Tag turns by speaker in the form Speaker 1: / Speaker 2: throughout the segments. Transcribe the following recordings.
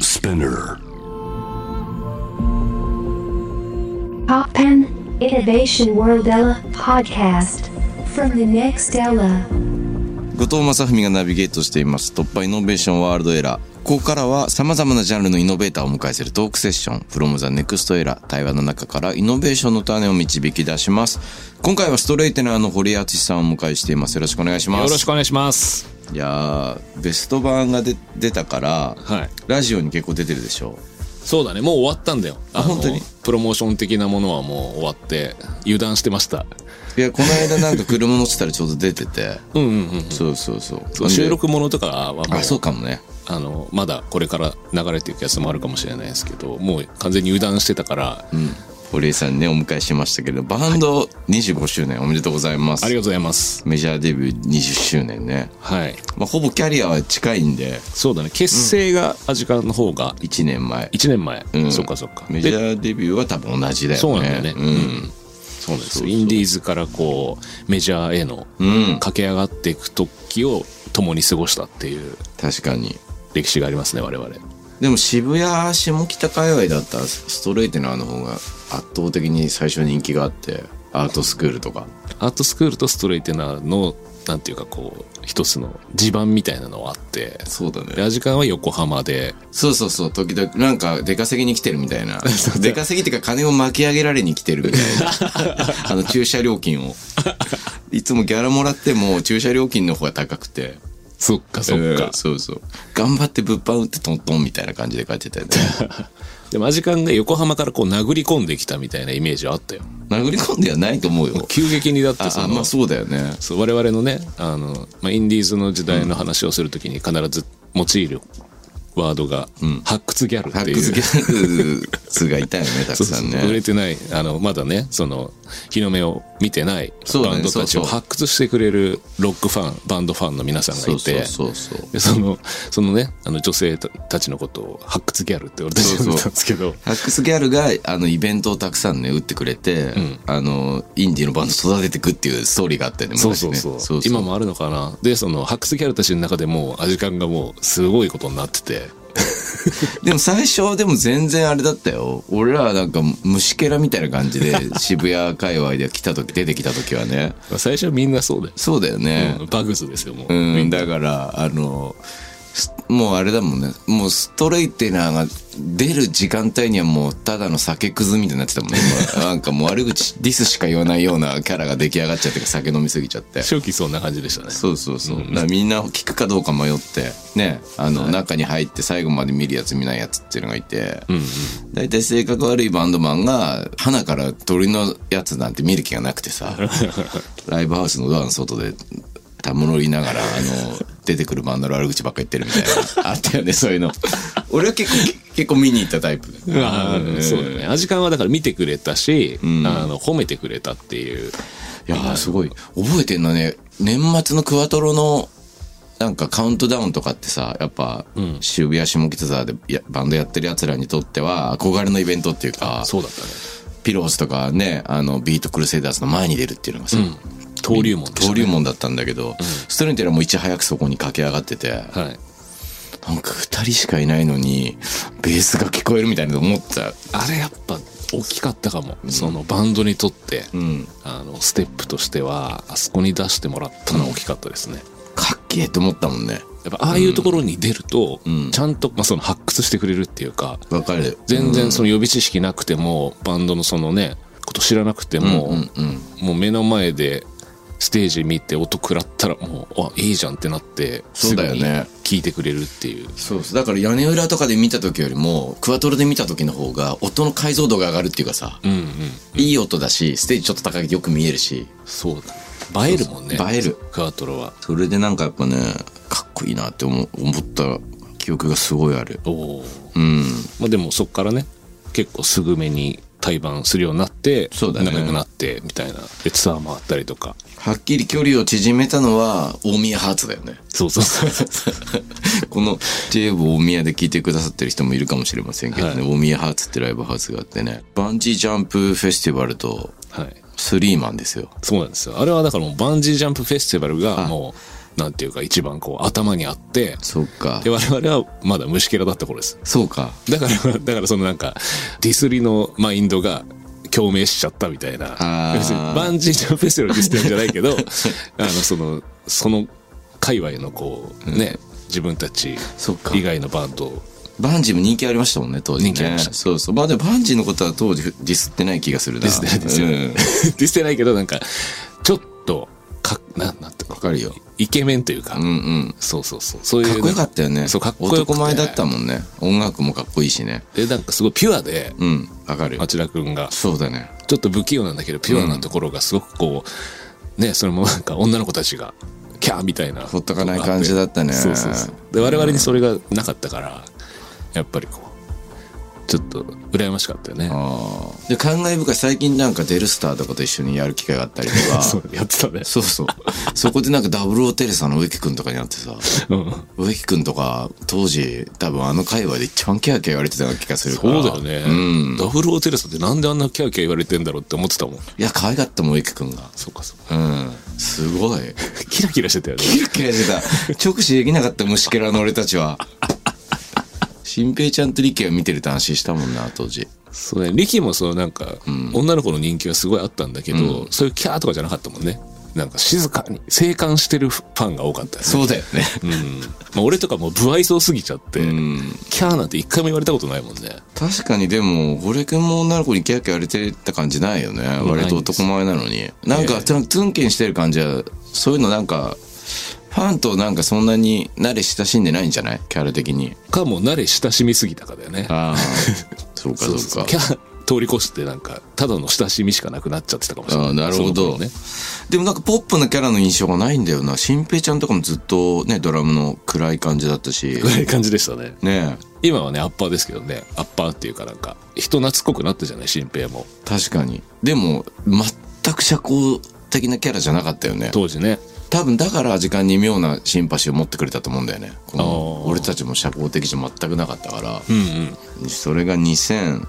Speaker 1: Spinner.
Speaker 2: Poppen Innovation World Ella podcast from the next Ella.
Speaker 3: 後藤正文がナビゲートしています突破イノベーションワールドエラーここからは様々なジャンルのイノベーターをお迎えするトークセッション from the next エラー対話の中からイノベーションの種を導き出します今回はストレイテナーの堀敦さんをお迎えしていますよろしくお願いします
Speaker 4: よろしくお願いします。
Speaker 3: いやーベスト版がで出たから、
Speaker 4: はい
Speaker 3: ラジオに結構出てるでしょ
Speaker 4: そうだね、もう終わったんだよ。
Speaker 3: あ
Speaker 4: の
Speaker 3: 本当に
Speaker 4: プロモーション的なものはもう終わって、油断してました。
Speaker 3: いやこの間なんか車乗ってたらちょうど出てて
Speaker 4: うんうんうん。
Speaker 3: そうそうそう
Speaker 4: そう収録ものとかはもう
Speaker 3: あそうかもね
Speaker 4: あのまだこれから流れていくやつもあるかもしれないですけどもう完全に油断してたから、
Speaker 3: 堀江さんにねお迎えしましたけれどバンド25周年おめでとうございます、
Speaker 4: ありがとうございます
Speaker 3: メジャーデビュー20周年ね、
Speaker 4: はい
Speaker 3: まあ、ほぼキャリアは近いんで
Speaker 4: そうだね結成がアジカンの方が
Speaker 3: 1年前
Speaker 4: 1年前、
Speaker 3: ん
Speaker 4: そっかそっか
Speaker 3: メジ
Speaker 4: で
Speaker 3: ャーデビューは多分同じだよね
Speaker 4: そうなんだよね
Speaker 3: う
Speaker 4: うん
Speaker 3: ん
Speaker 4: そうなんで
Speaker 3: そ
Speaker 4: す
Speaker 3: うそう
Speaker 4: インディーズからこうメジャーへの
Speaker 3: うん
Speaker 4: 駆け上がっていく時を共に過ごしたっていう
Speaker 3: 確かに
Speaker 4: 歴史がありますね我々
Speaker 3: でも渋谷下北界隈だったらストレイテナーの方が圧倒的に最初人気があってアートスクールとか
Speaker 4: アートスクールとストレイテナーのなんていうかこう一つの地盤みたいなのはあって
Speaker 3: そうだ
Speaker 4: でアジカンは横浜で
Speaker 3: そうそうそう時々なんか出稼ぎに来てるみた いな出稼ぎっていうか金を巻き上げられに来てるみたい なあの駐車料金をいつもギャラもらっても駐車料金の方が高くて
Speaker 4: そっかそっか、
Speaker 3: えーそうそう頑張って物販売ってトントンみたいな感じで帰ってた よね
Speaker 4: でもアジカンが横浜からこう殴り込んできたみたいなイメージはあったよ
Speaker 3: 殴り込んではないと思うよ
Speaker 4: 急激にだってそ
Speaker 3: あ
Speaker 4: の
Speaker 3: あまあそうだよね
Speaker 4: そう我々のねあの、まあ、インディーズの時代の話をするときに必ず用いるワードが、発掘ギャル
Speaker 3: ハ
Speaker 4: って
Speaker 3: ッ
Speaker 4: いう
Speaker 3: クスギャルズがいたよねたくさんね
Speaker 4: 売れてないあのまだねその日の目を見てない
Speaker 3: そうだね
Speaker 4: バンドたち
Speaker 3: そうそ
Speaker 4: を
Speaker 3: う
Speaker 4: 発掘してくれるロックファンバンドファンの皆さんが
Speaker 3: そう
Speaker 4: い
Speaker 3: そう
Speaker 4: て
Speaker 3: そうそう
Speaker 4: でそのそのねあの女性たたちのことを発掘ギャルって俺たち
Speaker 3: そうそう
Speaker 4: 呼んでたんですけど
Speaker 3: ハックスギャルがあのイベントをたくさんね打ってくれて、あのインディーのバンド育ててくっていうストーリーがあったよね
Speaker 4: そう
Speaker 3: 昔
Speaker 4: そう
Speaker 3: ね
Speaker 4: そう今もあるのかなでその発掘ギャルたちの中でもうアジカンがもうすごいことになってて
Speaker 3: でも最初でも全然あれだったよ俺らはなんか虫けらみたいな感じで 渋谷界隈で来た時出てきた時はね
Speaker 4: まあ最初はみんなそうだよ、
Speaker 3: そうだよね、
Speaker 4: うんバグズですよもう、
Speaker 3: うん、だから、あの、すもうあれだもんね。もうストレイテナーが出る時間帯にはもうただの酒くずみたいになってたもんね。今 なんかもう悪口、ディスしか言わないようなキャラが出来上がっちゃって酒飲みすぎちゃって。
Speaker 4: 初期そんな感じでしたね
Speaker 3: そうそうそう。だからみんな聞くかどうか迷って、ね、あの、中に入って最後まで見るやつ見ないやつっていうのがいて、大体性格悪いバンドマンが、花から鳥のやつなんて見る気がなくて さ、ライブハウスのドアの外で、たむろいながら、あの、出てくるバンドの悪口ばっか言ってるみたいな、あったよね、そういう の。俺は結構、結構見に行ったタイプだよ
Speaker 4: あーそうだね。アジカンはだから見てくれたし、あの褒めてくれたっていう。
Speaker 3: いやーすごい。覚えてんのね、年末のクワトロの、なんかカウントダウンとかってさ、やっぱ、渋谷下北沢でやバンドやってる奴らにとっては、憧れのイベントっていうか、
Speaker 4: そうだったね。
Speaker 3: ピローズとかね、あの、ビートクルセイダーズの前に出るっていうのがさ、
Speaker 4: 登竜門でした、
Speaker 3: 登
Speaker 4: ね。
Speaker 3: 竜門だったんだけど、ストレンテラもいち早くそこに駆け上がってて、
Speaker 4: はい。
Speaker 3: なんか二人しかいないのに、ベースが聞こえるみたいなの思った。
Speaker 4: あれやっぱ大きかったかも。そのバンドにとって、
Speaker 3: うん。
Speaker 4: あのステップとしてはあそこに出してもらったのは大きかったですね。
Speaker 3: かっけえと思ったもんね。
Speaker 4: やっぱああいうところに出ると、
Speaker 3: ん
Speaker 4: ちゃんとまあその発掘してくれるっていうか、
Speaker 3: わかる。
Speaker 4: 全然その予備知識なくてもバンドのそのねこと知らなくても、
Speaker 3: うんうん
Speaker 4: もう目の前でステージ見て音食らったらもうあいいじゃんってなって
Speaker 3: そうだよね
Speaker 4: すぐに聞いてくれるっていう
Speaker 3: そうそうだから屋根裏とかで見た時よりもクワトロで見た時の方が音の解像度が上がるっていうかさ、
Speaker 4: うんうん
Speaker 3: いい音だしステージちょっと高いよく見えるし
Speaker 4: そうだ映えるもんね
Speaker 3: 映える
Speaker 4: クワトロは
Speaker 3: それでなんかやっぱねかっこいいなって思思った記憶がすごいある
Speaker 4: おおー、
Speaker 3: うん
Speaker 4: まあ、でもそっからね結構すぐめに対バンするようになって
Speaker 3: そうだね
Speaker 4: 仲良くなってみたいなでツアー回ったりとか
Speaker 3: はっきり距離を縮めたのは大宮ハーツだよね
Speaker 4: そうそうそう
Speaker 3: この j w 大宮で聞いてくださってる人もいるかもしれませんけどね、
Speaker 4: はい
Speaker 3: 大宮ハーツってライブハウスがあってねバンジージャンプフェスティバルと
Speaker 4: はい
Speaker 3: スリーマンですよ
Speaker 4: そうなんですよあれはだからもうバンジージャンプフェスティバルがもうなんていうか一番こう頭にあって
Speaker 3: そうか
Speaker 4: で。我々はまだ虫けらだった頃です
Speaker 3: そうか。
Speaker 4: だからだからそのなんかディスりのマインドが共鳴しちゃったみたいな
Speaker 3: あー
Speaker 4: 別にバンジージャンプフェスティバルをディスってるんじゃないけどあのそのその界隈のこうね、自分たち
Speaker 3: そっか
Speaker 4: 以外のバンドを
Speaker 3: バンジーも人気ありましたもんね、当時、ね。
Speaker 4: 人気ありました
Speaker 3: そうそう。まあでもバンジーのことは当時ディスってない気がするな。
Speaker 4: ディスってないですよ、
Speaker 3: うん
Speaker 4: ディスってないけどなんかちょっとかなんなんていう
Speaker 3: わかるよ。
Speaker 4: イケメンというか、
Speaker 3: うんうん。
Speaker 4: そうそうそうそういう
Speaker 3: かっこよかったよね。
Speaker 4: そうかっこよくて
Speaker 3: 男前だったもんね。音楽もかっこいいしね。
Speaker 4: でなんかすごいピュアで
Speaker 3: うん。わかる。
Speaker 4: 町田君が
Speaker 3: そうだね。
Speaker 4: ちょっと不器用なんだけどピュアなところがすごくこう、ねそれもなんか女の子たちがキャーみたいな
Speaker 3: ほっとかない感じだったね
Speaker 4: そうそうそうで我々にそれがなかったからやっぱりこうちょっと羨ましかったよね
Speaker 3: ああ。で、感慨深い。最近なんかデルスターとかと一緒にやる機会があったりとか。
Speaker 4: そうやってたね
Speaker 3: そうそう。そこでなんかダブルオテレサの植木くんとかになってさ、
Speaker 4: うん
Speaker 3: 植木くんとか当時多分あの界隈で一番キャーキャー言われてたような気がする
Speaker 4: そ
Speaker 3: か
Speaker 4: う
Speaker 3: ら。
Speaker 4: だよね、
Speaker 3: うん。
Speaker 4: ダブルオーテレサってなんであんなキャーキャー言われてんだろうって思ってたもん
Speaker 3: いや、可愛かったもん、植木くんが。
Speaker 4: そうかそうか
Speaker 3: うん。すごい。
Speaker 4: キラキラしてたよね
Speaker 3: キラキラしてた。直視できなかった虫けらの俺たちは。新平ちゃんと力也見てると安心したもんな、当時。
Speaker 4: そうね力もそのなんか、女の子の人気はすごいあったんだけど、そういうキャーとかじゃなかったもんねなんか静かに静観してるファンが多かったよね
Speaker 3: そうだよね。
Speaker 4: うんまあ、俺とかもう不愛想すぎちゃって、
Speaker 3: うん。
Speaker 4: キャーなんて一回も言われたことないもんね
Speaker 3: 確かにでも、俺くんも女の子にキャーキャー言われてた感じないよね。
Speaker 4: ん
Speaker 3: 割と男前なのに。なん
Speaker 4: え
Speaker 3: か、
Speaker 4: え
Speaker 3: ツンツンケンしてる感じは、そういうのなんか、ファンとなんかそんなに慣れ親しんでないんじゃないキャラ的に。
Speaker 4: かもう慣れ親しみすぎたかだよね
Speaker 3: ああ。そうか
Speaker 4: そう
Speaker 3: そ
Speaker 4: そうう
Speaker 3: か
Speaker 4: キャ。ー通り越してなんかただの親しみしかなくなっちゃってたかもしれない
Speaker 3: ああなるほ
Speaker 4: その
Speaker 3: ど、
Speaker 4: 頃ね
Speaker 3: でもなんかポップなキャラの印象がないんだよな新平ちゃんとかもずっとねドラムの暗い感じだったし
Speaker 4: ぐらい感じでしたね
Speaker 3: ね
Speaker 4: 今はねアッパーですけどねアッパーっていうかなんか人懐っこくなったじゃない新平も
Speaker 3: 確かにでも全く社交的なキャラじゃなかったよね
Speaker 4: 当時ね
Speaker 3: 多分だから時間に妙なシンパシーを持ってくれたと思うんだよねこ
Speaker 4: あ
Speaker 3: の
Speaker 4: ー
Speaker 3: 俺たちも社交的じゃ全くなかったから
Speaker 4: うんうん
Speaker 3: それが2003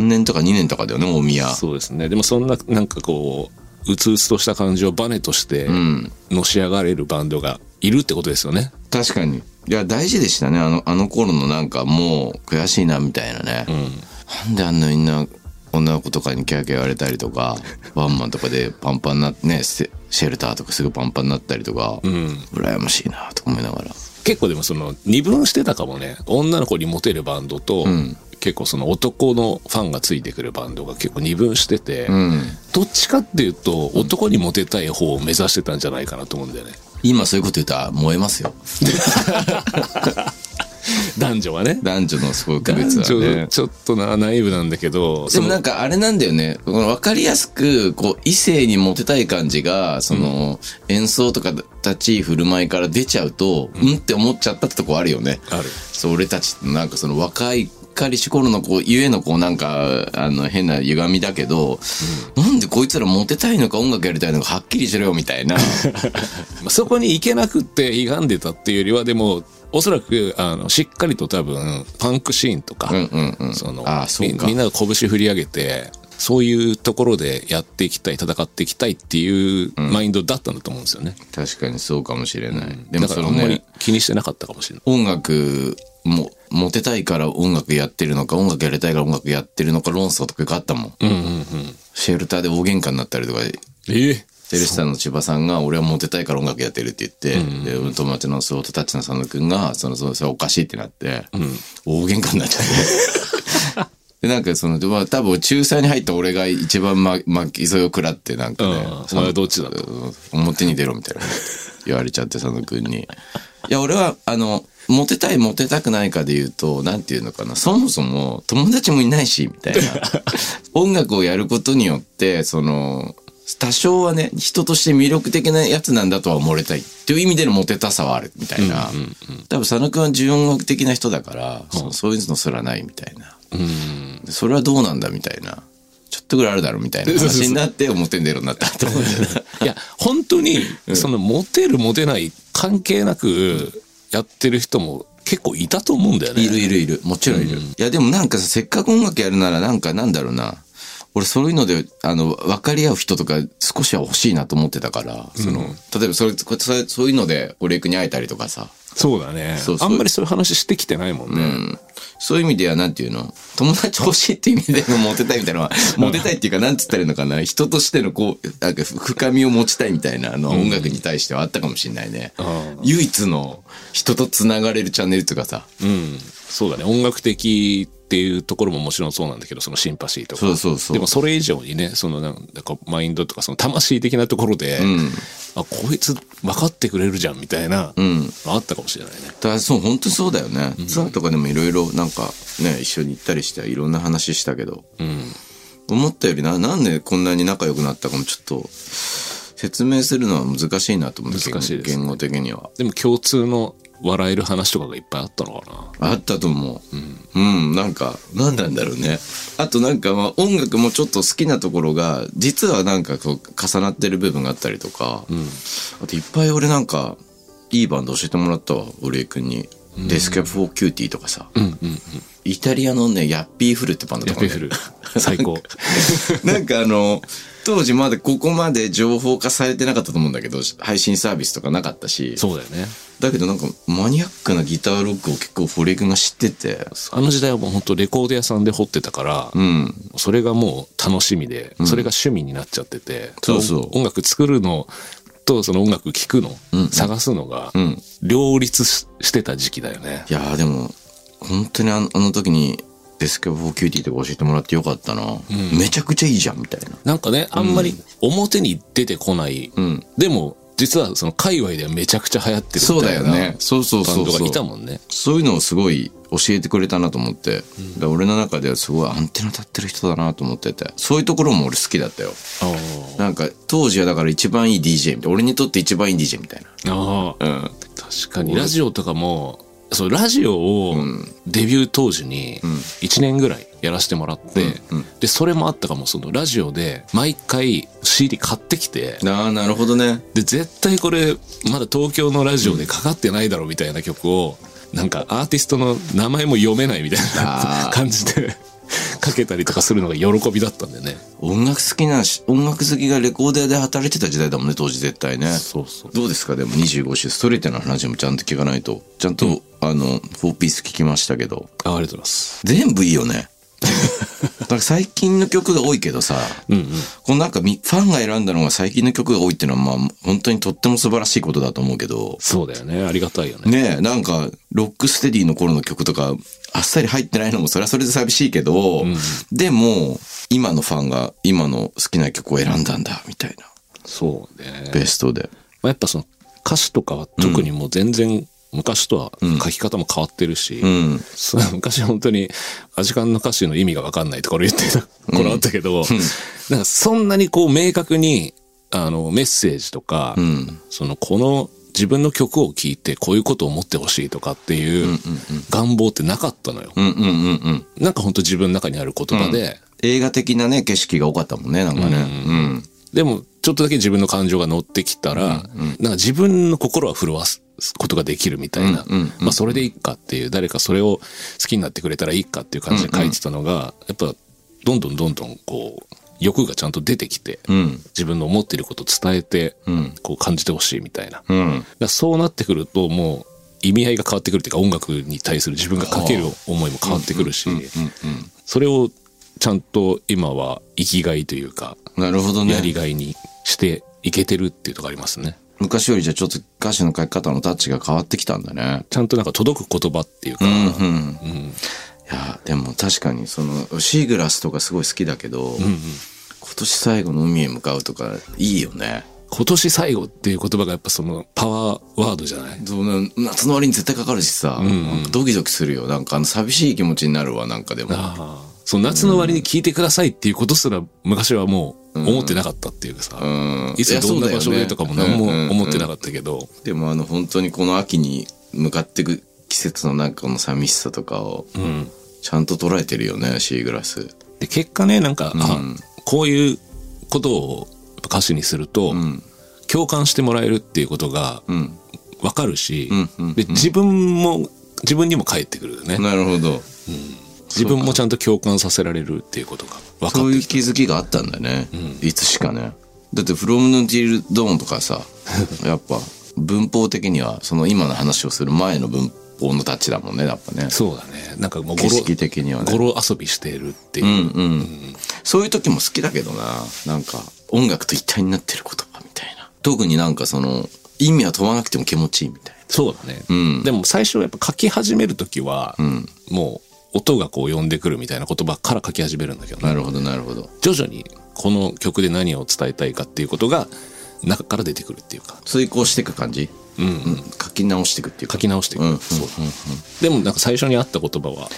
Speaker 3: 年とか2年とかだよね大宮
Speaker 4: そうですねでもそんななんかこううつうつとした感じをバネとして
Speaker 3: ん
Speaker 4: のし上がれるバンドがいるってことですよね、
Speaker 3: 確かにいや大事でしたねあのあの頃のなんかもう悔しいなみたいなね、なんであんなみんな女の子とかにキャーキャー言われたりとかワンマンとかでパンパンになってねシェシェルターとかすぐパンパンになったりとか、羨ましいなとか思いながら
Speaker 4: 結構でもその二分してたかもね女の子にモテるバンドと、
Speaker 3: ん
Speaker 4: 結構その男のファンがついてくるバンドが結構二分してて、
Speaker 3: うん
Speaker 4: どっちかっていうと男にモテたい方を目指してたんじゃないかなと思うんだよね
Speaker 3: 今そういうこと言ったら燃えますよ
Speaker 4: 男女はね
Speaker 3: 男女のすごい区
Speaker 4: 男
Speaker 3: 別は
Speaker 4: 女
Speaker 3: ね
Speaker 4: ちょっとなナイーブなんだけど
Speaker 3: でもなん
Speaker 4: か
Speaker 3: かあれなんだよね。この分かりやすく、こう、異性にモテたい感じが、その、演奏とか立ち居振る舞いから出ちゃうと、うん、って思っちゃったってとこあるよね。
Speaker 4: ある
Speaker 3: そう、俺たちってなんかその若いかりし頃の子ゆえのこうなんか、あの変な歪みだけど、なんでこいつらモテたいのか音楽やりたいのかはっきりしろよみた いな。
Speaker 4: まあそこに行けなくって歪んでたっていうよりはでもおそらくあのしっかりと多分パンクシーンとか、
Speaker 3: うんうんうん。
Speaker 4: その
Speaker 3: ああ、そう
Speaker 4: み
Speaker 3: か
Speaker 4: みん。なが拳振り上げてそういうところでやっていきたい戦っていきたいっていうマインドだったんだと思うんですよね、
Speaker 3: 確かにそうかもしれない。でも
Speaker 4: だか
Speaker 3: そ
Speaker 4: らあ
Speaker 3: の
Speaker 4: んまり
Speaker 3: ね、
Speaker 4: 気にしてなかったかもしれない
Speaker 3: 音楽も、モテたいから音楽やってるのか、音楽やりたいから音楽やってるのか論争とかよくあったもん。シェルターで大喧嘩になったりとか、
Speaker 4: ええ
Speaker 3: セレスタの千葉さんが、俺はモテたいから音楽やってるって言って、で、俺の友達のソートタッチの佐野くんが、その、そのそれおかしいってなって、大喧嘩になっちゃって。で、なんかその、まあ多分仲裁に入った俺が一番ま巻き添えを食らって、なんかね
Speaker 4: うん、
Speaker 3: その
Speaker 4: お前はどっちだと
Speaker 3: うん表に出ろみたいな言われちゃって、佐野くんに。いや、俺は、あの、モテたいモテたくないかで言うと、なんていうのかな、そもそも友達もいないし、みたい な。音楽をやることによって、その、多少はね、人として魅力的なやつなんだとは思われたいっていう意味でのモテたさはあるみたいな。多分佐野くんは純音楽的な人だから、そそういうのすらないみたいな。でそれはどうなんだみたいな。ちょっとぐらいあるだろみたいな話になって表に出るようになったと思うんだよね
Speaker 4: いや本当にそのモテるモテない関係なくやってる人も結構 いたと思うんだよね
Speaker 3: いるいるいる。もちろんいる。いや、でもなんかさ、せっかく音楽やるなら、なんかなんだろうな。俺そういうので、あの、分かり合う人とか少しは欲しいなと思ってたから、その、例えばそれ、こうそうそういうので、俺君に会えたりとかさ、
Speaker 4: そうだね
Speaker 3: そうそう
Speaker 4: あんまりそういう話してきてないもんね、
Speaker 3: うんそういう意味では、なんていうの友達欲しいっていう意味でもモテたいみたいなのは、モテたいっていうか、なんつったらいいのかな人としてのこう、なんか深みを持ちたいみたいなのは音楽に対してはあったかもしれないね。
Speaker 4: ん
Speaker 3: 唯一の人と繋がれるチャンネルとかさ。
Speaker 4: うん、そうだね音楽的っていうところももちろんそうなんだけどそのシンパシーとか
Speaker 3: そうそうそう
Speaker 4: でもそれ以上にねそのなんだかマインドとかその魂的なところで、あこいつ分かってくれるじゃんみたいな、あったかもしれないね
Speaker 3: だからそう、本当にそうだよね。ツアーとかでもいろいろなんかね、一緒に行ったりしていろんな話したけど。思ったよりな、なんでこんなに仲良くなったかもちょっと、説明するのは難しいなと思って
Speaker 4: 難しいですね
Speaker 3: 言語的には。
Speaker 4: でも共通の笑える話とかがいっぱいあったのかな
Speaker 3: あったと思う。うん、なんか、なんなんだろうね。あとなんか、まあ、音楽もちょっと好きなところが、実はなんかこう、重なってる部分があったりとか、あといっぱい俺なんか、いいバンド教えてもらったわ、俺くんに。デスキャップ・フォー・キューティーとかさ、イタリアのね、ヤッピー・フルってバンド
Speaker 4: ヤ
Speaker 3: と
Speaker 4: ッ
Speaker 3: か
Speaker 4: ペ
Speaker 3: ね、
Speaker 4: フル最高
Speaker 3: なんかあの、当時まだここまで情報化されてなかったと思うんだけど、配信サービスとかなかったし、
Speaker 4: そうだよね
Speaker 3: だけどなんかマニアックなギターロックを結構堀江君が知ってて、
Speaker 4: あの時代はもう本当レコード屋さんで掘ってたから、
Speaker 3: うん、
Speaker 4: それがもう楽しみで、それが趣味になっちゃってて、
Speaker 3: そうそう
Speaker 4: 音楽作るのとその音楽聴くの、探すのが、
Speaker 3: ん
Speaker 4: 両立ししてた時期だよね。
Speaker 3: いやーでも、本当にあのあの時に、デスケボーキューティーとか教えてもらってよかったな、めちゃくちゃいいじゃん、みたいな。
Speaker 4: なんかね、あんまり表に出てこない、
Speaker 3: ん
Speaker 4: でも実はその界隈ではめちゃくちゃ流行ってるみたいな
Speaker 3: そうそう
Speaker 4: バ
Speaker 3: そ
Speaker 4: ン
Speaker 3: う
Speaker 4: ド
Speaker 3: そ
Speaker 4: が
Speaker 3: う。
Speaker 4: いたもんね。
Speaker 3: そういうのをすごい教えてくれたなと思って、だから俺の中ではすごいアンテナ立ってる人だなと思ってて、そういうところも俺好きだったよ。なんか、当時はだから一番いい DJ みたいな、俺にとって一番いい DJ みたいな。
Speaker 4: ああ
Speaker 3: うん。
Speaker 4: 確かにラジオとかもそうラジオをデビュー当時に1年ぐらいやらせてもらって、でそれもあったかもそのラジオで毎回 CD 買ってきて
Speaker 3: ああ、なるほどね。
Speaker 4: で絶対これまだ東京のラジオでかかってないだろうみたいな曲をなんかアーティストの名前も読めないみたい
Speaker 3: あ
Speaker 4: な
Speaker 3: ー
Speaker 4: 感じで かけたりとかするのが喜びだったんだよね。
Speaker 3: 音楽好きなし、音楽好きがレコード屋で働いてた時代だもんね、当時絶対ね。
Speaker 4: そうそう
Speaker 3: どうですかでも25週ストレートな話もちゃんと聞かないとちゃんと、あの4ピース聞きましたけど
Speaker 4: あありがとうございます。
Speaker 3: 全部いいよね なんか最近の曲が多いけどさ、
Speaker 4: うんうん
Speaker 3: このなんかみファンが選んだのが最近の曲が多いっていうのはまあ本当にとっても素晴らしいことだと思うけど
Speaker 4: そうだよねありがたいよね。
Speaker 3: ねえなんかロックステディの頃の曲とかあっさり入ってないのもそれはそれで寂しいけど、でも今のファンが今の好きな曲を選んだんだみたいな
Speaker 4: そうね。
Speaker 3: ベストで。
Speaker 4: まあ、やっぱその歌詞とかは特にもう全然昔とは書き方も変わってるし、
Speaker 3: うん
Speaker 4: その昔本当にアジカンの歌詞の意味が分かんないところ言ってた 頃あったけど、なんかそんなにこう明確にあのメッセージとか、
Speaker 3: ん
Speaker 4: そのこの自分の曲を聴いてこういうことを思ってほしいとかっていう願望ってなかったのよ。
Speaker 3: うんうんうんうん
Speaker 4: なんか本当自分の中にある言葉で、
Speaker 3: 映画的なね景色が多かったもんねなんかねうん
Speaker 4: でもちょっとだけ自分の感情が乗ってきたら、なんか自分の心は震わすことができるみたいな、
Speaker 3: うんうんうん
Speaker 4: まあそれでいいかっていう誰かそれを好きになってくれたらいいかっていう感じで書いてたのが、やっぱどんどんどんどんこう欲がちゃんと出てきて、
Speaker 3: うん
Speaker 4: 自分の思っていることを伝えて、
Speaker 3: ん
Speaker 4: こう感じてほしいみたいな。だか
Speaker 3: うん
Speaker 4: らそうなってくるともう意味合いが変わってくるっていうか音楽に対する自分がかける思いも変わってくるし、それをちゃんと今は生きがいというか
Speaker 3: なるほど
Speaker 4: やり
Speaker 3: ね
Speaker 4: がいにしていけてるっていうとこありますね。
Speaker 3: 昔よりじゃあちょっと歌詞の書き方のタッチが変わってきたんだね
Speaker 4: ちゃんとなんか届く言葉っていうか、
Speaker 3: うんいやでも確かにそのシーグラスとかすごい好きだけど、今年最後の海へ向かうとかいいよね
Speaker 4: 今年最後っていう言葉がやっぱそのパワーワードじゃない
Speaker 3: そうね夏の終わりに絶対かかるしさ、なんかドキドキするよなんかあの寂しい気持ちになるわなんかでも
Speaker 4: その夏の終わりに聞いてくださいっていうことすら昔はもう思ってなかったっていうかさ、
Speaker 3: うん
Speaker 4: いつどんな場所でとかも何
Speaker 3: うんうんうん
Speaker 4: も思ってなかったけど、
Speaker 3: でもあの本当にこの秋に向かっていく季節の中の寂しさとかをちゃんと捉えてるよね、シーグラス。
Speaker 4: で結果ねなんか、あこういうことをやっぱ歌詞にすると、共感してもらえるっていうことが
Speaker 3: ん
Speaker 4: わかるし、
Speaker 3: うんうんうん
Speaker 4: で自分も自分にも返ってくるよね。
Speaker 3: なるほど。
Speaker 4: 自分もちゃんと共感させられるっていうことが分か
Speaker 3: そ
Speaker 4: っ
Speaker 3: う
Speaker 4: て
Speaker 3: いう
Speaker 4: き
Speaker 3: 気づきがあったんだね、いつしかねだって「from the till dawn」とか さやっぱ文法的にはその今の話をする前の文法のタッチだもんねやっぱね
Speaker 4: たそうだねなんかもう
Speaker 3: 景色的にはね
Speaker 4: 語呂遊びしてるっていう、
Speaker 3: うんうん、そういう時も好きだけどななんか音楽と一体になってる言葉みたいな特になんかその意味は問わなくても気持ちいいみたい
Speaker 4: そうだね、
Speaker 3: ん
Speaker 4: でも最初やっぱ書き始める時は、もう音がこう呼んでくるみたいな言葉から書き始めるんだけどね
Speaker 3: ななるほどなるほど
Speaker 4: 徐々にこの曲で何を伝えたいかっていうことが中から出てくるっていうか、
Speaker 3: 遂行していく感じ、
Speaker 4: うん
Speaker 3: うん、書き直していくっていう
Speaker 4: 書
Speaker 3: か
Speaker 4: き直していく、
Speaker 3: うんうん
Speaker 4: そうだでもなんか最初にあった言葉は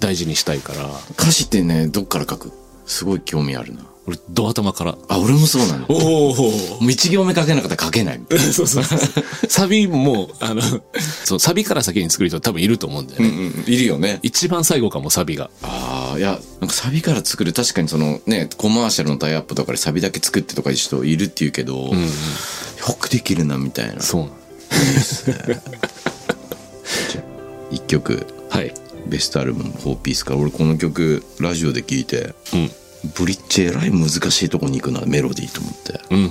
Speaker 4: 大事にしたいから
Speaker 3: 歌詞ってねどっから書くすごい興味あるな
Speaker 4: 俺ド頭から
Speaker 3: あ俺もそうなの
Speaker 4: お
Speaker 3: もう
Speaker 4: お
Speaker 3: 1行目書けなかったら書けないみたいな
Speaker 4: そうそうそうサビもあのそうサビから先に作る人多分いると思うんだよね、
Speaker 3: いるよね
Speaker 4: 一番最後かもサビが
Speaker 3: ああいやなんかサビから作る確かにそのねコマーシャルのタイアップとかでサビだけ作ってとかいう人いるっていうけど、よくできるなみたいな
Speaker 4: そうな
Speaker 3: 一曲
Speaker 4: はい
Speaker 3: ベストアルバム4ピースから俺この曲ラジオで聴いて、
Speaker 4: うん
Speaker 3: ブリッジえらい難しいとこに行くなメロディーと思って
Speaker 4: うんうん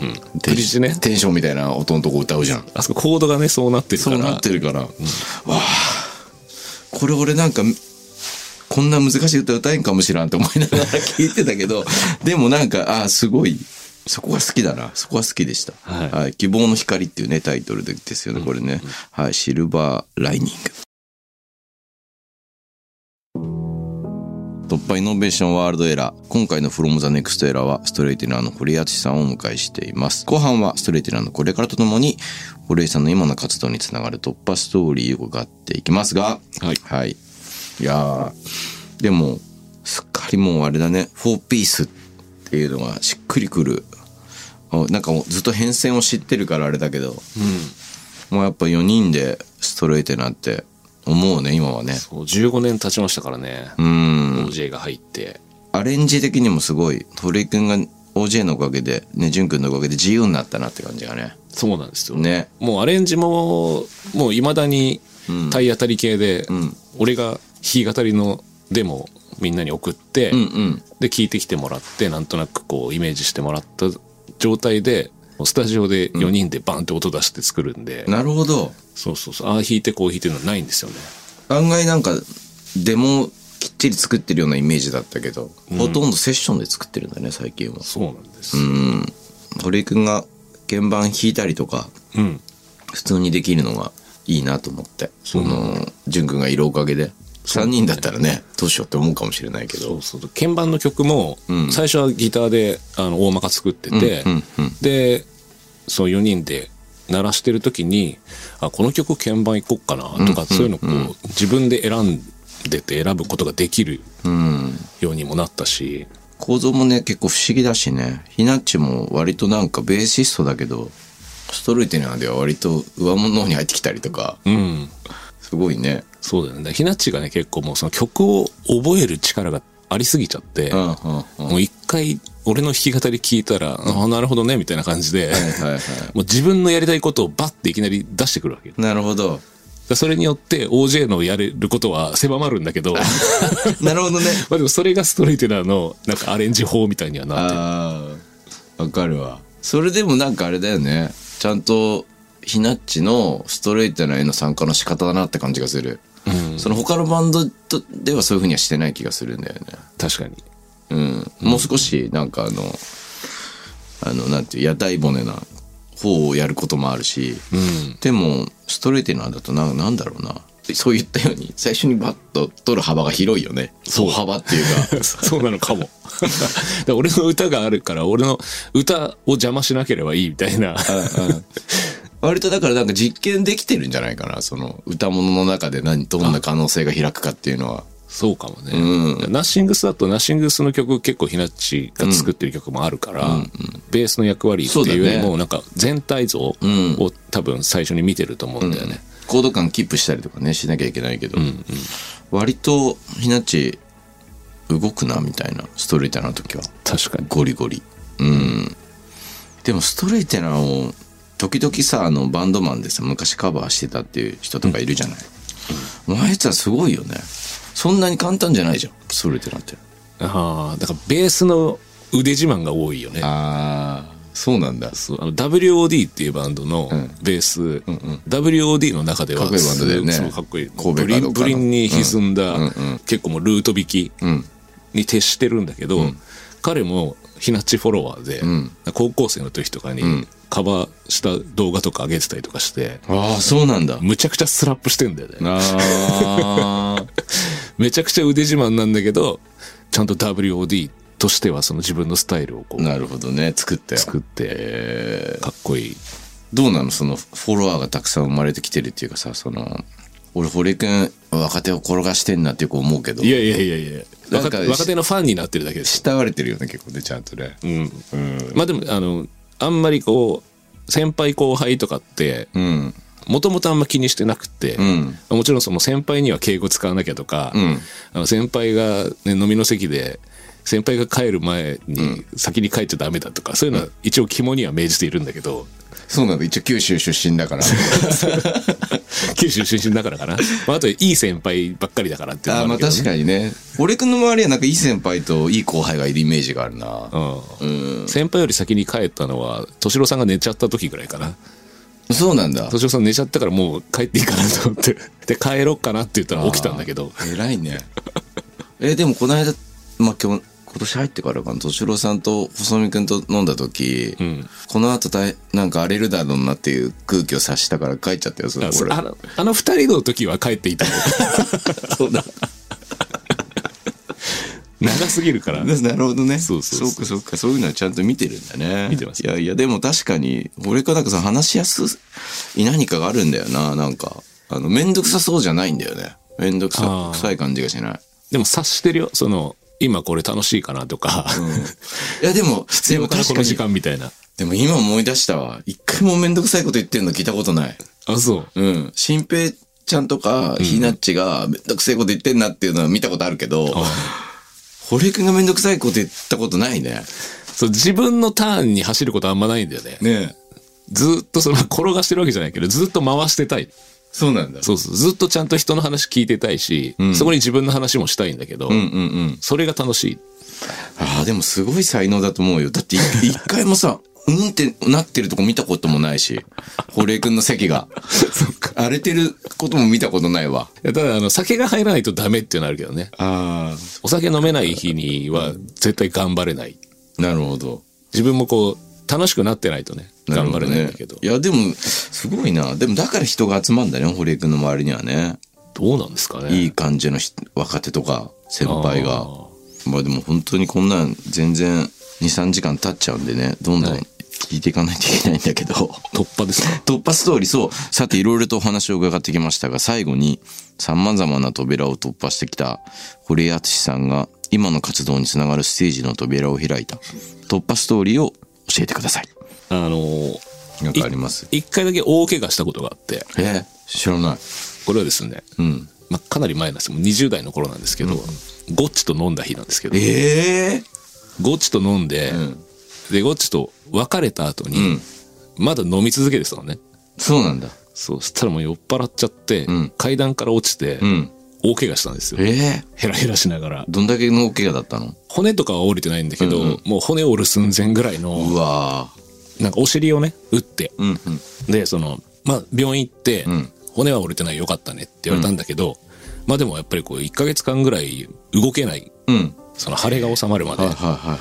Speaker 4: うんうんブリッジね
Speaker 3: テンションみたいな音のとこ歌うじゃん
Speaker 4: あそこコードがねそうなってるか
Speaker 3: そ
Speaker 4: ら
Speaker 3: うなってるから、わあこれ俺なんかこんな難しい歌歌えんかもしらんと思いながら聞いてたけ どでもなんかあすごいそこが好きだなそこは好きでした「
Speaker 4: はい
Speaker 3: 希望の光」っていうねタイトルでですよねこれね、はい「シルバーライニング」突破イノベーションワールドエラー今回の「フロムザネクストエラーはストレイティラーの堀井敦さんをお迎えしています後半はストレイティラーのこれからとともに堀井さんの今の活動につながる突破ストーリーを伺っていきますが
Speaker 4: はい
Speaker 3: はい、いやーでもすっかりもうあれだね4ピースっていうのがしっくりくるあなんかもうずっと変遷を知ってるからあれだけど、もうやっぱ4人でストレイテなって思うね今はね
Speaker 4: そう15年経ちましたからね、
Speaker 3: うん
Speaker 4: OJ が入って
Speaker 3: アレンジ的にもすごい鳥居くんが OJ のおかげでね潤くんのおかげで自由になったなって感じがね
Speaker 4: そうなんですよ
Speaker 3: ね
Speaker 4: もうアレンジももういまだに体当たり系で、
Speaker 3: ん
Speaker 4: 俺が弾き語りのデモをみんなに送って、
Speaker 3: うんうん
Speaker 4: で聞いてきてもらってなんとなくこうイメージしてもらった状態でスタジオで4人でバンって音出して作るんで、
Speaker 3: なるほど
Speaker 4: そうそうそうああ弾いてこう弾いてるのないんですよね
Speaker 3: 案外なんかデモをきっちり作ってるようなイメージだったけど、ほとんどセッションで作ってるんだね最近は
Speaker 4: そうなんです
Speaker 3: うん鳥居くんが鍵盤弾いたりとか
Speaker 4: うん、
Speaker 3: 普通にできるのがいいなと思ってその潤くんがいるおかげで3人だったらねどうしようって思うかもしれないけ
Speaker 4: そ
Speaker 3: ど
Speaker 4: うそう鍵盤の曲も
Speaker 3: ん
Speaker 4: 最初はギターであの大まか作ってて、
Speaker 3: うんうんうん
Speaker 4: でそう4人で鳴らしてる時にあこの曲鍵盤いこっかなとか、そういうのこう、自分で選んでて選ぶことができる
Speaker 3: うん
Speaker 4: ようにもなったし
Speaker 3: 構造もね結構不思議だしねひなっちも割となんかベーシストだけどストレートなんでは割と上物の方に入ってきたりとか
Speaker 4: うん
Speaker 3: すごいね
Speaker 4: そうだよねひなっちがね結構もうその曲を覚える力がありすぎちゃって、
Speaker 3: うんうんうん
Speaker 4: もう一回俺の弾き語り聞いたら、あなるほどねみたいな感じで、
Speaker 3: はいはい
Speaker 4: もう自分のやりたいことをバッていきなり出してくるわけよ
Speaker 3: なるほど
Speaker 4: だそれによって OJ のやれることは狭まるんだけど ま
Speaker 3: なるほどね。
Speaker 4: あでもそれがストレイテラーのなんかアレンジ法みたいにはなってる
Speaker 3: ああ、わかるわ。それでもなんかあれだよね。ちゃんと、ひなっちのストレートなへの参加の仕方だなって感じがする。その他のバンドとではそういうふうにはしてない気がするんだよね。
Speaker 4: 確かに
Speaker 3: うん。もう少し、なんかあの、あの、なんていう、屋台骨な方をやることもあるし、でも、ストレートなんだとな、なんだろうな。そう言ったように、最初にバッと取る幅が広いよね。そう。幅っていうか。
Speaker 4: そうなのかも だから俺の歌があるから俺の歌を邪魔しなければいいみたいな
Speaker 3: 割とだからなんか実験できてるんじゃないかなその歌物の中で何どんな可能性が開くかっていうのは
Speaker 4: そうかもね、
Speaker 3: う
Speaker 4: ナッシングスだとナッシングスの曲結構ひなっちが作ってる曲もあるから、ベースの役割っていうより
Speaker 3: そうだ
Speaker 4: も
Speaker 3: ね
Speaker 4: なんか全体像を
Speaker 3: ん
Speaker 4: 多分最初に見てると思うんだよね、
Speaker 3: コード感キープしたりとかねしなきゃいけないけど、割とひなっち動くなみたいなストレートな時は
Speaker 4: 確かに
Speaker 3: ゴリゴリうんでもストレートなを時々さあのバンドマンでさ昔カバーしてたっていう人とかいるじゃない、あいつはすごいよねそんなに簡単じゃないじゃんそれってなって
Speaker 4: ああだからベースの腕自慢が多いよね
Speaker 3: ああそうなんだ
Speaker 4: そうあの WOD っていうバンドの
Speaker 3: うん
Speaker 4: ベース、WOD の中では
Speaker 3: かっこいいバンドだよね
Speaker 4: すごいかっこいい
Speaker 3: 神戸
Speaker 4: ブ
Speaker 3: かどっ
Speaker 4: リ
Speaker 3: か
Speaker 4: ン
Speaker 3: の
Speaker 4: ブリンに歪んだ、
Speaker 3: うんうん
Speaker 4: 結構もうルート引き
Speaker 3: うん
Speaker 4: に徹してるんだけど、彼もひなっちフォロワーで、
Speaker 3: ん
Speaker 4: 高校生の時とかに
Speaker 3: ん
Speaker 4: カバーした動画とか上げてたりとかして、
Speaker 3: ああそうなんだ
Speaker 4: むちゃくちゃスラップしてんだよね
Speaker 3: ああ
Speaker 4: めちゃくちゃ腕自慢なんだけどちゃんと WOD としてはその自分のスタイルをこ う
Speaker 3: なるほどね作って
Speaker 4: 作って
Speaker 3: えー
Speaker 4: かっこいい
Speaker 3: どうなのそのフォロワーがたくさん生まれてきてるっていうかさその俺堀君若手を転がしてんなってよく思うけど
Speaker 4: いやいやいやいや
Speaker 3: なん
Speaker 4: 若
Speaker 3: か
Speaker 4: 若手のファンになってるだけです、
Speaker 3: 慕われてるよね結構ねちゃんとね
Speaker 4: うんまあでもあのあんまりこう先輩後輩とかって
Speaker 3: うん
Speaker 4: もともとあんま気にしてなくて、
Speaker 3: うん
Speaker 4: もちろんその先輩には敬語使わなきゃとか、
Speaker 3: ん
Speaker 4: あの先輩が、ね、飲みの席で先輩が帰る前に先に帰っちゃダメだとか、そういうのは一応肝には銘じているんだけど、
Speaker 3: そうなんだ一応九州出身だから
Speaker 4: 九州出身だからかな、まあ、あといい先輩ばっかりだからっていう
Speaker 3: あ
Speaker 4: の
Speaker 3: ー
Speaker 4: も
Speaker 3: ま
Speaker 4: あ
Speaker 3: あ
Speaker 4: るけ
Speaker 3: 確
Speaker 4: ど
Speaker 3: かにね堀君の周りはなんかいい先輩といい後輩がいるイメージがあるな
Speaker 4: うん先輩より先に帰ったのは敏郎さんが寝ちゃった時ぐらいかな
Speaker 3: そうなんだ
Speaker 4: 敏郎さん寝ちゃったからもう帰っていいかな と思ってで帰ろっかなって言ったら起きたんだけど
Speaker 3: 偉いねえでもこの間まあ今日今年入ってからかな敏郎さんと細見君と飲んだ時、
Speaker 4: ん
Speaker 3: この後大なんか荒れるだろうなっていう空気を察したから帰っちゃったよそれ
Speaker 4: あそ
Speaker 3: 俺
Speaker 4: あのあの二人の時は帰っていたの
Speaker 3: そうだ
Speaker 4: 長すぎるか ら
Speaker 3: なるほどね
Speaker 4: そうそうそう
Speaker 3: かそうかそういうのはちゃんと見てるんだね
Speaker 4: 見てます
Speaker 3: いやいやでも確かに俺かなんかさ話しやすい何かがあるんだよななんかあの面倒くさそうじゃないんだよね面倒くさ
Speaker 4: あー
Speaker 3: 臭い感じがしない
Speaker 4: でも察してるよその今これ楽しいかなとか、
Speaker 3: いやでも
Speaker 4: 必要か
Speaker 3: で
Speaker 4: な
Speaker 3: も
Speaker 4: こ
Speaker 3: 確
Speaker 4: の
Speaker 3: か
Speaker 4: 時
Speaker 3: に
Speaker 4: 間みたいな
Speaker 3: でも今思い出したわ。一回もめんどくさいこと言ってるの聞いたことない。
Speaker 4: あそう
Speaker 3: うん。新平ちゃんとか、ひなっちがめんどくさいこと言ってんなっていうのは見たことあるけど、堀江くんがめんどくさいこと言ったことないね。
Speaker 4: そう自分のターンに走ることあんまないんだよね
Speaker 3: ね
Speaker 4: ずっとその転がしてるわけじゃないけどずっと回してたい
Speaker 3: そうなんだ。
Speaker 4: そうそうずっとちゃんと人の話聞いてたいし、そこに自分の話もしたいんだけど、
Speaker 3: うんうんうん。
Speaker 4: それが楽しい
Speaker 3: ああ、でもすごい才能だと思うよ。だ ってい一回もさ、うんってなってるとこ見たこともないし、堀江くんの席が。荒れてることも見たことないわ。
Speaker 4: いやただあの酒が入らないとダメっていうのはあるけどね
Speaker 3: あ
Speaker 4: お酒飲めない日には絶対頑張れない
Speaker 3: あ。なるほど。
Speaker 4: 自分もこう楽しくなってないとね
Speaker 3: なるほ
Speaker 4: 頑張
Speaker 3: ど
Speaker 4: れ
Speaker 3: ね
Speaker 4: ないんだけど
Speaker 3: いや、でも、すごいな。でも、だから人が集まるんだね、堀江君の周りにはね。
Speaker 4: どうなんですかね
Speaker 3: いい感じのひ若手とか、先輩が
Speaker 4: あ。ー
Speaker 3: まあでも、本当にこんなん、全然、2、3時間経っちゃうんでね、どんどん
Speaker 4: はい
Speaker 3: 聞いていかないといけないんだけど。
Speaker 4: 突破ですか
Speaker 3: 突破ストーリー、そう。さて、いろいろとお話を伺ってきましたが、最後に、様々な扉を突破してきた、堀江敦さんが、今の活動につながるステージの扉を開いた、突破ストーリーを教えてください。
Speaker 4: あのー
Speaker 3: なんかあります
Speaker 4: い一回だけ大怪我したことがあって
Speaker 3: え知らない。
Speaker 4: これはですね、
Speaker 3: うん。
Speaker 4: まあ、かなり前なんですもう20代の頃なんですけど、ゴッチと飲んだ日なんですけど
Speaker 3: ええ
Speaker 4: ゴッチと飲んで、
Speaker 3: ん
Speaker 4: でゴッチと別れた後に、まだ飲み続けてたのね
Speaker 3: そうなんだ。
Speaker 4: そうしたらもう酔っ払っちゃって、
Speaker 3: ん
Speaker 4: 階段から落ちて、
Speaker 3: ん
Speaker 4: 大怪我したんですよ
Speaker 3: ええ
Speaker 4: ヘラヘラしながら
Speaker 3: どんだけの大怪我だったの
Speaker 4: 骨とかは折れてないんだけど、
Speaker 3: うんう
Speaker 4: もう骨折る寸前ぐらいの
Speaker 3: わ
Speaker 4: なんかお尻をね打って
Speaker 3: うんうん。
Speaker 4: でそのまあ病院行って、
Speaker 3: ん
Speaker 4: 骨は折れてないよかったねって言われたんだけど、まあでもやっぱりこう1ヶ月間ぐらい動けない
Speaker 3: うん。
Speaker 4: その腫れが治まるまで、
Speaker 3: はいはいはいはい。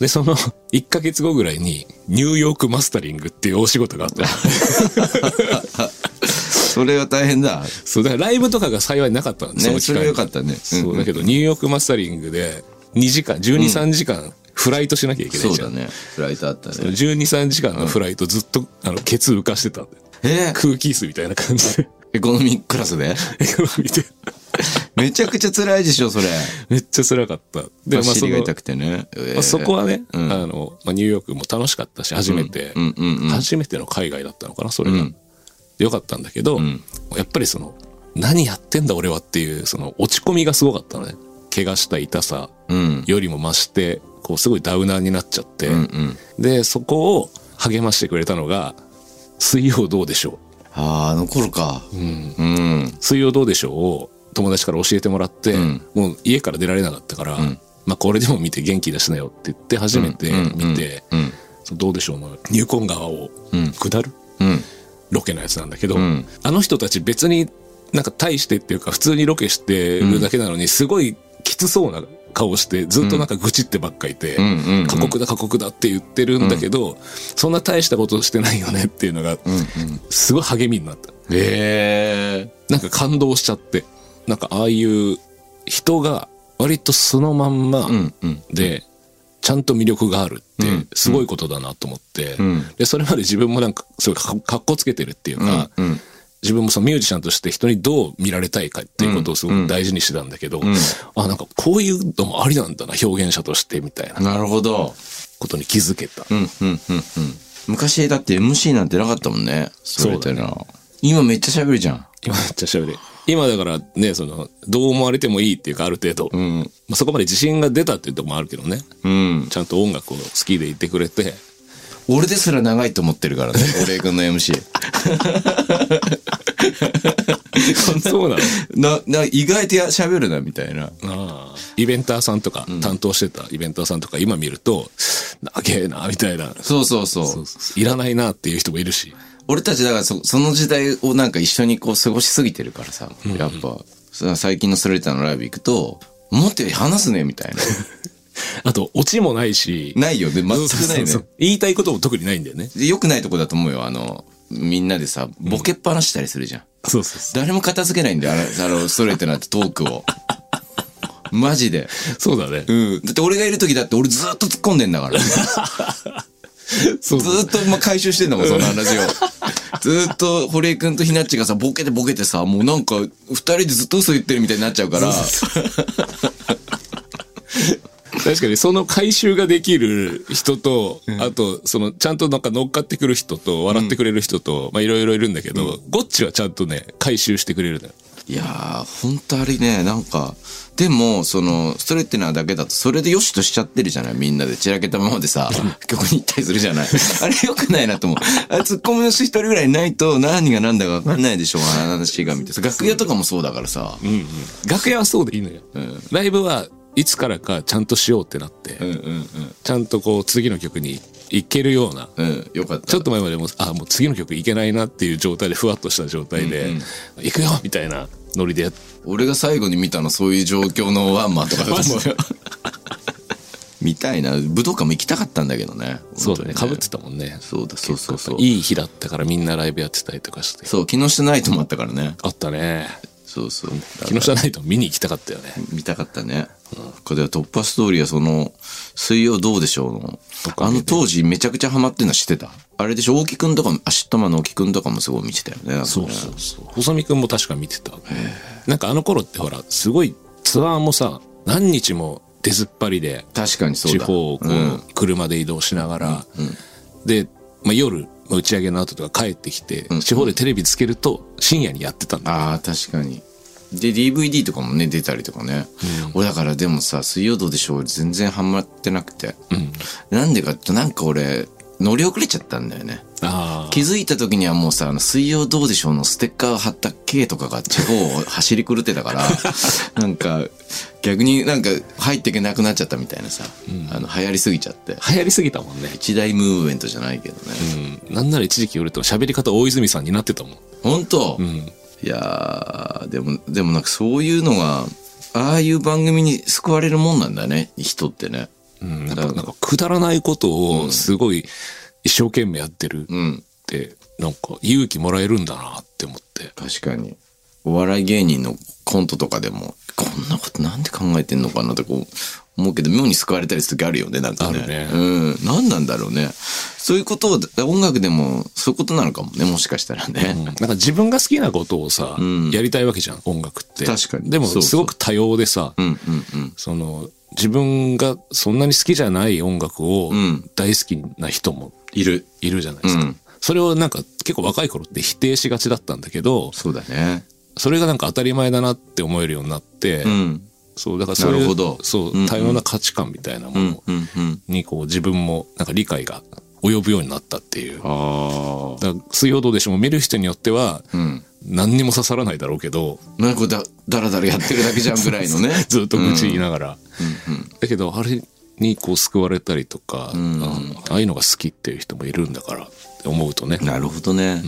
Speaker 4: でその 1ヶ月後ぐらいにニューヨークマスタリングっていうお仕事が あった
Speaker 3: それは大変だ。
Speaker 4: そうだからライブとかが幸いなかったのねその
Speaker 3: ね、
Speaker 4: 期
Speaker 3: そ
Speaker 4: 間
Speaker 3: れ
Speaker 4: に
Speaker 3: はよかったね。
Speaker 4: そうだ
Speaker 3: ね。
Speaker 4: けどニューヨークマスタリングで2時間1 2 3時間フライトしなきゃいけな
Speaker 3: そ
Speaker 4: いうじゃ
Speaker 3: だ
Speaker 4: ん、
Speaker 3: ね。フライトあったね。
Speaker 4: 1 2 3時間のフライトずっとあのケツ浮かしてたんだよ
Speaker 3: えー
Speaker 4: 空気椅子みたいな感じで
Speaker 3: エコノミークラス で
Speaker 4: 見て
Speaker 3: めちゃくちゃ辛いでしょ、それ。
Speaker 4: めっちゃ辛かったで、
Speaker 3: お
Speaker 4: そ
Speaker 3: 尻
Speaker 4: の
Speaker 3: が痛くてね。え
Speaker 4: まあ
Speaker 3: ー
Speaker 4: そこはね、
Speaker 3: うん
Speaker 4: あのまあ、ニューヨークも楽しかったし初めて、
Speaker 3: うんうんうん。
Speaker 4: 初めての海外だったのかなそれが、
Speaker 3: うん
Speaker 4: でよかったんだけど、
Speaker 3: ん
Speaker 4: やっぱりその何やってんだ俺はっていうその落ち込みがすごかったのね怪我した痛さ
Speaker 3: うん。
Speaker 4: よりも増してこうすごいダウナーになっちゃって、
Speaker 3: うんうん。
Speaker 4: でそこを励ましてくれたのが「水曜どうでしょ
Speaker 3: ああ、あの頃か。
Speaker 4: う」うん
Speaker 3: うん。
Speaker 4: 水曜どうでしょう」を友達から教えてもらって、
Speaker 3: うん
Speaker 4: もう家から出られなかったから、
Speaker 3: ん
Speaker 4: まあこれでも見て元気出しなよって言って初めて
Speaker 3: うん
Speaker 4: 見て、
Speaker 3: うん
Speaker 4: そのどうでしょうのニューコン川を
Speaker 3: うん
Speaker 4: 下る
Speaker 3: うん
Speaker 4: ロケのやつなんだけど、
Speaker 3: うん
Speaker 4: あの人たち別になんか大してっていうか普通にロケしてるだけなのにすごいきつそうな顔してずっとなんか愚痴ってばっかいて、
Speaker 3: うんうんうん
Speaker 4: 過酷だ過酷だって言ってるんだけど、そんな大したことしてないよねっていうのがすごい励みになった。
Speaker 3: ええ
Speaker 4: なんか感動しちゃってなんかああいう人が割とそのまんま
Speaker 3: うんうん
Speaker 4: でちゃんと魅力があるっ
Speaker 3: うん
Speaker 4: てすごいことだなと思って、
Speaker 3: うん
Speaker 4: でそれまで自分もなんかすごいかかっこつけてるっていう
Speaker 3: う
Speaker 4: か
Speaker 3: ん、うん
Speaker 4: 自分もそのミュージシャンとして人にどう見られたいかっていうことをすごく大事にしてたんだけど、
Speaker 3: ん
Speaker 4: あなんかこういうのもありなんだな表現者としてみたいな
Speaker 3: なるほど
Speaker 4: ことに気づけた。
Speaker 3: うんうんうんうん昔だって MC なんてなかったもんねそうだな今めっちゃ喋るじゃん
Speaker 4: 今めっちゃ喋る今だからねそのどう思われてもいいっていうかある程度、
Speaker 3: うん
Speaker 4: まあ、そこまで自信が出たっていうとこもあるけどね
Speaker 3: うん
Speaker 4: ちゃんと音楽を好きでいてく れて
Speaker 3: 俺ですら長いと思ってるから ね俺君の MC
Speaker 4: そうなの
Speaker 3: なな意外とや喋るなみたいな
Speaker 4: ああイベンターさんとか、担当してたイベンターさんとか今見ると長えなみたいな
Speaker 3: そうそうそう
Speaker 4: いらないなっていう人もいるし
Speaker 3: 俺たちだからそその時代をなんか一緒にこう過ごしすぎてるからさ、やっぱさ最近のストレーターのライブ行くともっと話すねみた い
Speaker 4: あとオチもないし
Speaker 3: なないよで全く
Speaker 4: そうそう
Speaker 3: な
Speaker 4: そ
Speaker 3: いうね
Speaker 4: そう言いたいことも特にないんだよね
Speaker 3: でよくないとこだと思うよあのみんなでさボケっぱなしたりするじゃん、
Speaker 4: そうそうそ
Speaker 3: 誰も片付けないんだよあのあのストレートなんてトーク をマジで
Speaker 4: うそうだね
Speaker 3: うんだって俺がいる時だって俺ずっと突っ込んでんだ からず
Speaker 4: そうそう
Speaker 3: っとまあ回収してんだもんその話 をずっと堀江君とひなっちがさボケてボケてさもうなんか二人でずっと嘘言ってるみたいになっちゃう から
Speaker 4: 確かにその回収ができる人と、あとそのちゃんとなんか乗っかってくる人と笑ってくれる人と、まあいろいろいるんだけど、ゴッチはちゃんとね回収してくれるのよ
Speaker 3: いやー本当あれねなんかでもそのストレッテナーだけだとそれでよしとしちゃってるじゃないみんなで散らけたままで さ曲に行ったりするじゃないあれよくないなと思うあれツッコミの人一人ぐらいいないと何が何だか分かんないでしょう話がみたいな楽屋とかもそうだからさ、
Speaker 4: 楽屋はそうでいいのよ、
Speaker 3: ん
Speaker 4: ライブはいつからかちゃんとしようってなって、
Speaker 3: うん、うんうん
Speaker 4: ちゃんとこう次の曲に行けるような
Speaker 3: うんよかった
Speaker 4: ちょっと前までもうあもう次の曲行けないなっていう状態でふわっとした状態で、行くよみたいなノリでやっ
Speaker 3: 俺が最後に見たのそういう状況のワンマンとかだと思 うよ見たいな武道館も行きたかったんだけどね
Speaker 4: そうだねかぶ
Speaker 3: 本
Speaker 4: ってたもんね
Speaker 3: 当にねそうだそうそうそう
Speaker 4: いい日だったからみんなライブやってたりとかして
Speaker 3: そう木下ナイトもあったからね
Speaker 4: あったね
Speaker 3: そうそう
Speaker 4: 木下ナイト見に行きたかったよね
Speaker 3: 見たかったね。これは突破ストーリーはその、水曜どうでしょうの。あの当時めちゃくちゃハマってるのは知ってた。あれでしょ、大木くんとかも、アシットマンの大木くんとかもすごい見てたよね。
Speaker 4: そうそうそう細見くんも確か見てたなんかあの頃ってほらすごいツアーもさ何日も出ずっぱりで
Speaker 3: 確かにそう
Speaker 4: 地
Speaker 3: だ。
Speaker 4: 方をこ
Speaker 3: うん
Speaker 4: う車で移動しながら、で、まあ、夜の打ち上げの後とか帰ってきて、地方でテレビつけると深夜にやってたんだ、
Speaker 3: ああ、確かに。で、DVD とかもね、出たりとかね。俺だからでもさ、水曜どうでしょう全然ハマってなくて。なんでかってなんか俺、乗り遅れちゃったんだよね。
Speaker 4: あ
Speaker 3: 気づいた時にはもうさ、あの、水曜どうでしょうのステッカーを貼った K とかが地方を走り狂ってたから、なんか、逆になんか入っていけなくなっちゃったみたいなさ、あの、流行りすぎちゃって。
Speaker 4: あ流行りすぎたもんね、
Speaker 3: 一大ムーブメントじゃないけどね。
Speaker 4: うん、なんなら一時期俺と喋り方大泉さんになってたもん
Speaker 3: 本当、
Speaker 4: ん
Speaker 3: いやー、でも、でもなんかそういうのが、ああいう番組に救われるもんなんだね、人ってね。
Speaker 4: うん、
Speaker 3: だ
Speaker 4: なん
Speaker 3: か
Speaker 4: からなんかくだらないことをすごい一生懸命やってる
Speaker 3: うん、
Speaker 4: って、なんか勇気もらえるんだなって思って。
Speaker 3: 確かに。お笑い芸人のコントとかでも、こんなことなんで考えてんのかなってこう思うけど、妙に救われたりする時あるよね、なんかね。
Speaker 4: あるね
Speaker 3: うん。なんなんだろうね。そういうことを、音楽でもそういうことなのかもね、もしかしたら
Speaker 4: うん
Speaker 3: ね。
Speaker 4: なんか自分が好きなことをさ、
Speaker 3: ん
Speaker 4: やりたいわけじゃん、音楽って。
Speaker 3: 確かに
Speaker 4: でも
Speaker 3: そうそう
Speaker 4: すごく多様でさ、
Speaker 3: うん、うん、うん。
Speaker 4: その、自分がそんなに好きじゃない音楽を
Speaker 3: うん
Speaker 4: 大好きな人も
Speaker 3: いる。
Speaker 4: いるじゃないですか。
Speaker 3: うん
Speaker 4: それをなんか結構若い頃って否定しがちだったんだけど、
Speaker 3: そうだね。
Speaker 4: それがなんか当たり前だなって思えるようになって、
Speaker 3: うん。
Speaker 4: そう、だからそう
Speaker 3: なる
Speaker 4: い
Speaker 3: ほど
Speaker 4: う、そう
Speaker 3: うんうん、
Speaker 4: 多様な価値観みたいなも
Speaker 3: う
Speaker 4: のを、
Speaker 3: ん、うん、うん。
Speaker 4: にこう自分もなんか理解が及ぶようになったっていう。だか
Speaker 3: ああ。
Speaker 4: ら水曜どうでしょうも見る人によっては、
Speaker 3: うん。
Speaker 4: 何にも刺さらないだろうけど、
Speaker 3: なんかだだらだらやってるだけじゃん ぐらいのね
Speaker 4: ずっと愚痴言いながら。だけど、あれにこう救われたりとか、あのああいうのが好きっていう人もいるんだからって思うとね。
Speaker 3: なるほどね、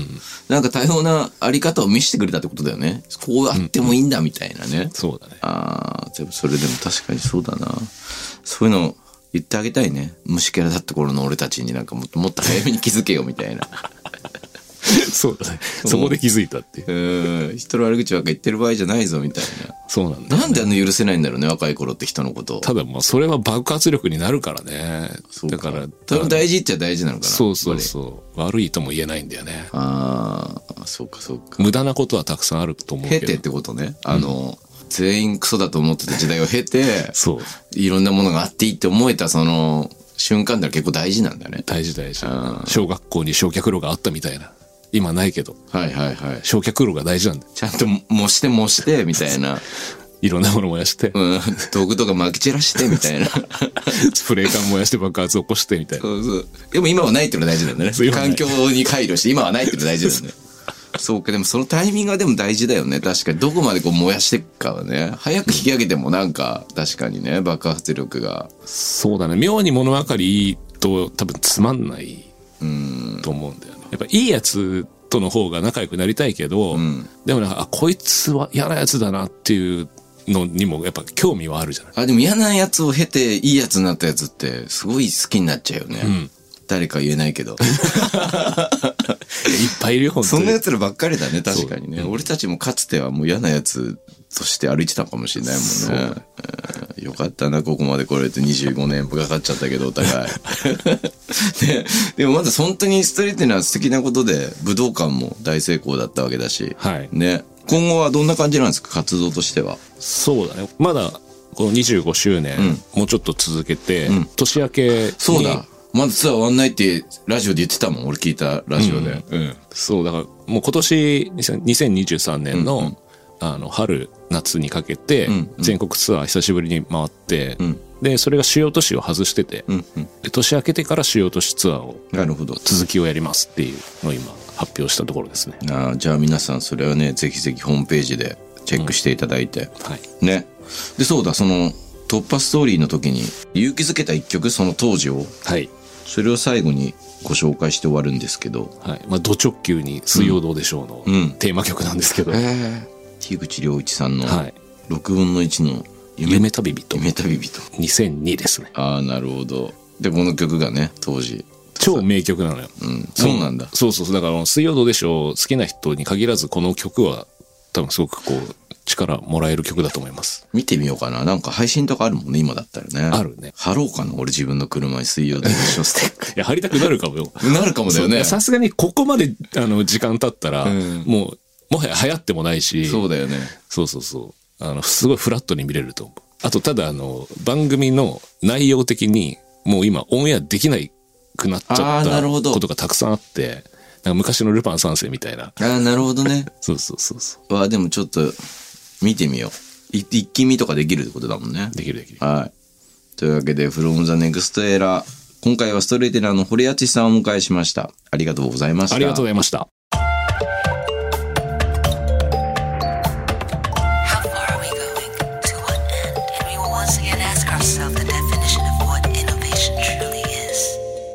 Speaker 3: なんか多様なあり方を見せてくれたってことだよねこうやってもいいんだみたいなね、
Speaker 4: そうだね。
Speaker 3: ああでもそれでも確かにそうだなそういうの言ってあげたいね虫キャラだった頃の俺たちになんかもっともっと早めに気づけよみたいな
Speaker 4: そうだね。そこで気づいたっていう
Speaker 3: う。ーん人の悪口ばっか言ってる場合じゃないぞみたい
Speaker 4: そうなんだ
Speaker 3: な。なんであの許せないんだろうね若い頃って人のことを
Speaker 4: ただまあそれは爆発力になるからね。だから、
Speaker 3: それも大事っちゃ大事なのかな
Speaker 4: そうそう
Speaker 3: やっ
Speaker 4: そう。悪いとも言えないんだよね。
Speaker 3: ぱりああそうかそうか
Speaker 4: 無駄なことはたくさんあると思うけ
Speaker 3: 経
Speaker 4: ど。
Speaker 3: てってことねあの、全員クソだと思ってた時代を経て
Speaker 4: そう。
Speaker 3: いろんなものがあっていいって思えたその瞬間ってのは結構大事なんだよね
Speaker 4: 大事大事
Speaker 3: う。
Speaker 4: 小学校に焼却炉があったみたいな。今ないけど、
Speaker 3: はいはいはい
Speaker 4: 焼却炉が大事なんだよ。
Speaker 3: ちゃんと模して模してみたいな、
Speaker 4: いろんなもの燃やして、
Speaker 3: うん、道具とか撒き散らしてみたいな
Speaker 4: スプレー缶燃やして爆発起こしてみたいな。
Speaker 3: そうそうでも今はないっていうのは大事なんだね
Speaker 4: そう今はな
Speaker 3: 環
Speaker 4: い
Speaker 3: 境に配慮して今はないっていうのは大事なんだねそうかでもそのタイミングはでも大事だよね確かにどこまでこう燃やしていくかはね早く引き上げてもなんか確かにね爆発力が
Speaker 4: そうだね。妙に物分かりいいと多分つまんないと思うんだよね。やっぱいいやつとの方が仲良くなりたいけど、
Speaker 3: ん
Speaker 4: でもなんか、あ、こいつは嫌なやつだなっていうのにもやっぱ興味はあるじゃない。
Speaker 3: あ、でも嫌なやつを経ていいやつになったやつって、すごい好きになっちゃうよね。
Speaker 4: ん
Speaker 3: 誰か言えないけ ど。
Speaker 4: いっぱいいるよ、本当
Speaker 3: そ
Speaker 4: に
Speaker 3: んなやつらばっかりだね、確かにね。
Speaker 4: そう
Speaker 3: 俺たちもかつてはもう嫌なやつとして歩いてたかもしれないもんね。うんよかったな、ここまで来れて25年かかっちゃったけど、お 互い。ででもまだ本当にストリートには素敵なことで、武道館も大成功だったわけだし。
Speaker 4: はい
Speaker 3: ね。今後はどんな感じなんですか、活動としては。
Speaker 4: そうだね。まだ、この25周年、もうちょっと続けて、
Speaker 3: ん
Speaker 4: 年明けに。
Speaker 3: そうだ。まだツアー終わんないってラジオで言ってたもん、俺聞いたラジオで。うん。
Speaker 4: そう、だからもう今年、2023年の、
Speaker 3: うんう
Speaker 4: あの、春、夏にかけて
Speaker 3: んうん、
Speaker 4: 全国ツアー久しぶりに回って、
Speaker 3: ん
Speaker 4: で、それが主要都市を外してて、
Speaker 3: うんうん
Speaker 4: で年明けてから主要都市ツアーを、
Speaker 3: なるほど。
Speaker 4: 続きをやりますっていうのを今、発表したところですね。
Speaker 3: あーじゃあ皆さんそれはね、ぜひぜひホームページでチェックしていただいて。
Speaker 4: はい。
Speaker 3: ね。で、そうだ、その突破ストーリーの時に勇気づけた一曲、その当時を、
Speaker 4: はい。
Speaker 3: それを最後にご紹介して終わるんですけど。
Speaker 4: はい。まあ、ド直球に水曜どうでしょうの、
Speaker 3: うん
Speaker 4: テーマ曲なんですけど、
Speaker 3: え樋口良一さんの
Speaker 4: はい
Speaker 3: 6分の1の夢,、
Speaker 4: 夢旅人
Speaker 3: 夢旅人。
Speaker 4: 2002ですね。
Speaker 3: ああ、なるほど。で、この曲がね、当時。
Speaker 4: 超名曲なのよ。
Speaker 3: うん。そうなんだ。
Speaker 4: そうそうそう。だからあの、水曜どうでしょう好きな人に限らず、この曲は、多分すごくこう、力もらえる曲だと思います。
Speaker 3: 見てみようかな。なんか配信とかあるもんね、今だったらね。
Speaker 4: あるね
Speaker 3: 貼ろうかな、俺自分の車に水曜で一緒ステッ
Speaker 4: いや、貼りた くなるかもよ。
Speaker 3: ク。なるかもだよね。
Speaker 4: さすがにここまで、あの、時間経ったら、
Speaker 3: うん
Speaker 4: もう、もはや流行ってもないし、
Speaker 3: そうだよね。
Speaker 4: そうそうそう。あの、すごいフラットに見れると思う。あと、ただ、あの、番組の内容的に、もう今、オンエアできないくなっちゃ
Speaker 3: あ
Speaker 4: っ
Speaker 3: ーな
Speaker 4: た
Speaker 3: るほど
Speaker 4: ことがたくさんあって、なんか昔のルパン三世みたいな。
Speaker 3: ああ、なるほどね。
Speaker 4: そうそうそうそう
Speaker 3: わあ、でもちょっと、見てみよう。い一気見とかできるってことだもんね。
Speaker 4: できるできる。
Speaker 3: はい。というわけで、from the next era。今回はストレーテラーの堀厚さんをお迎えしました。ありがとうございました。
Speaker 4: ありがとうございました。
Speaker 1: How far are we going? To what end? And we will once again ask ourselves the definition of what innovation truly is.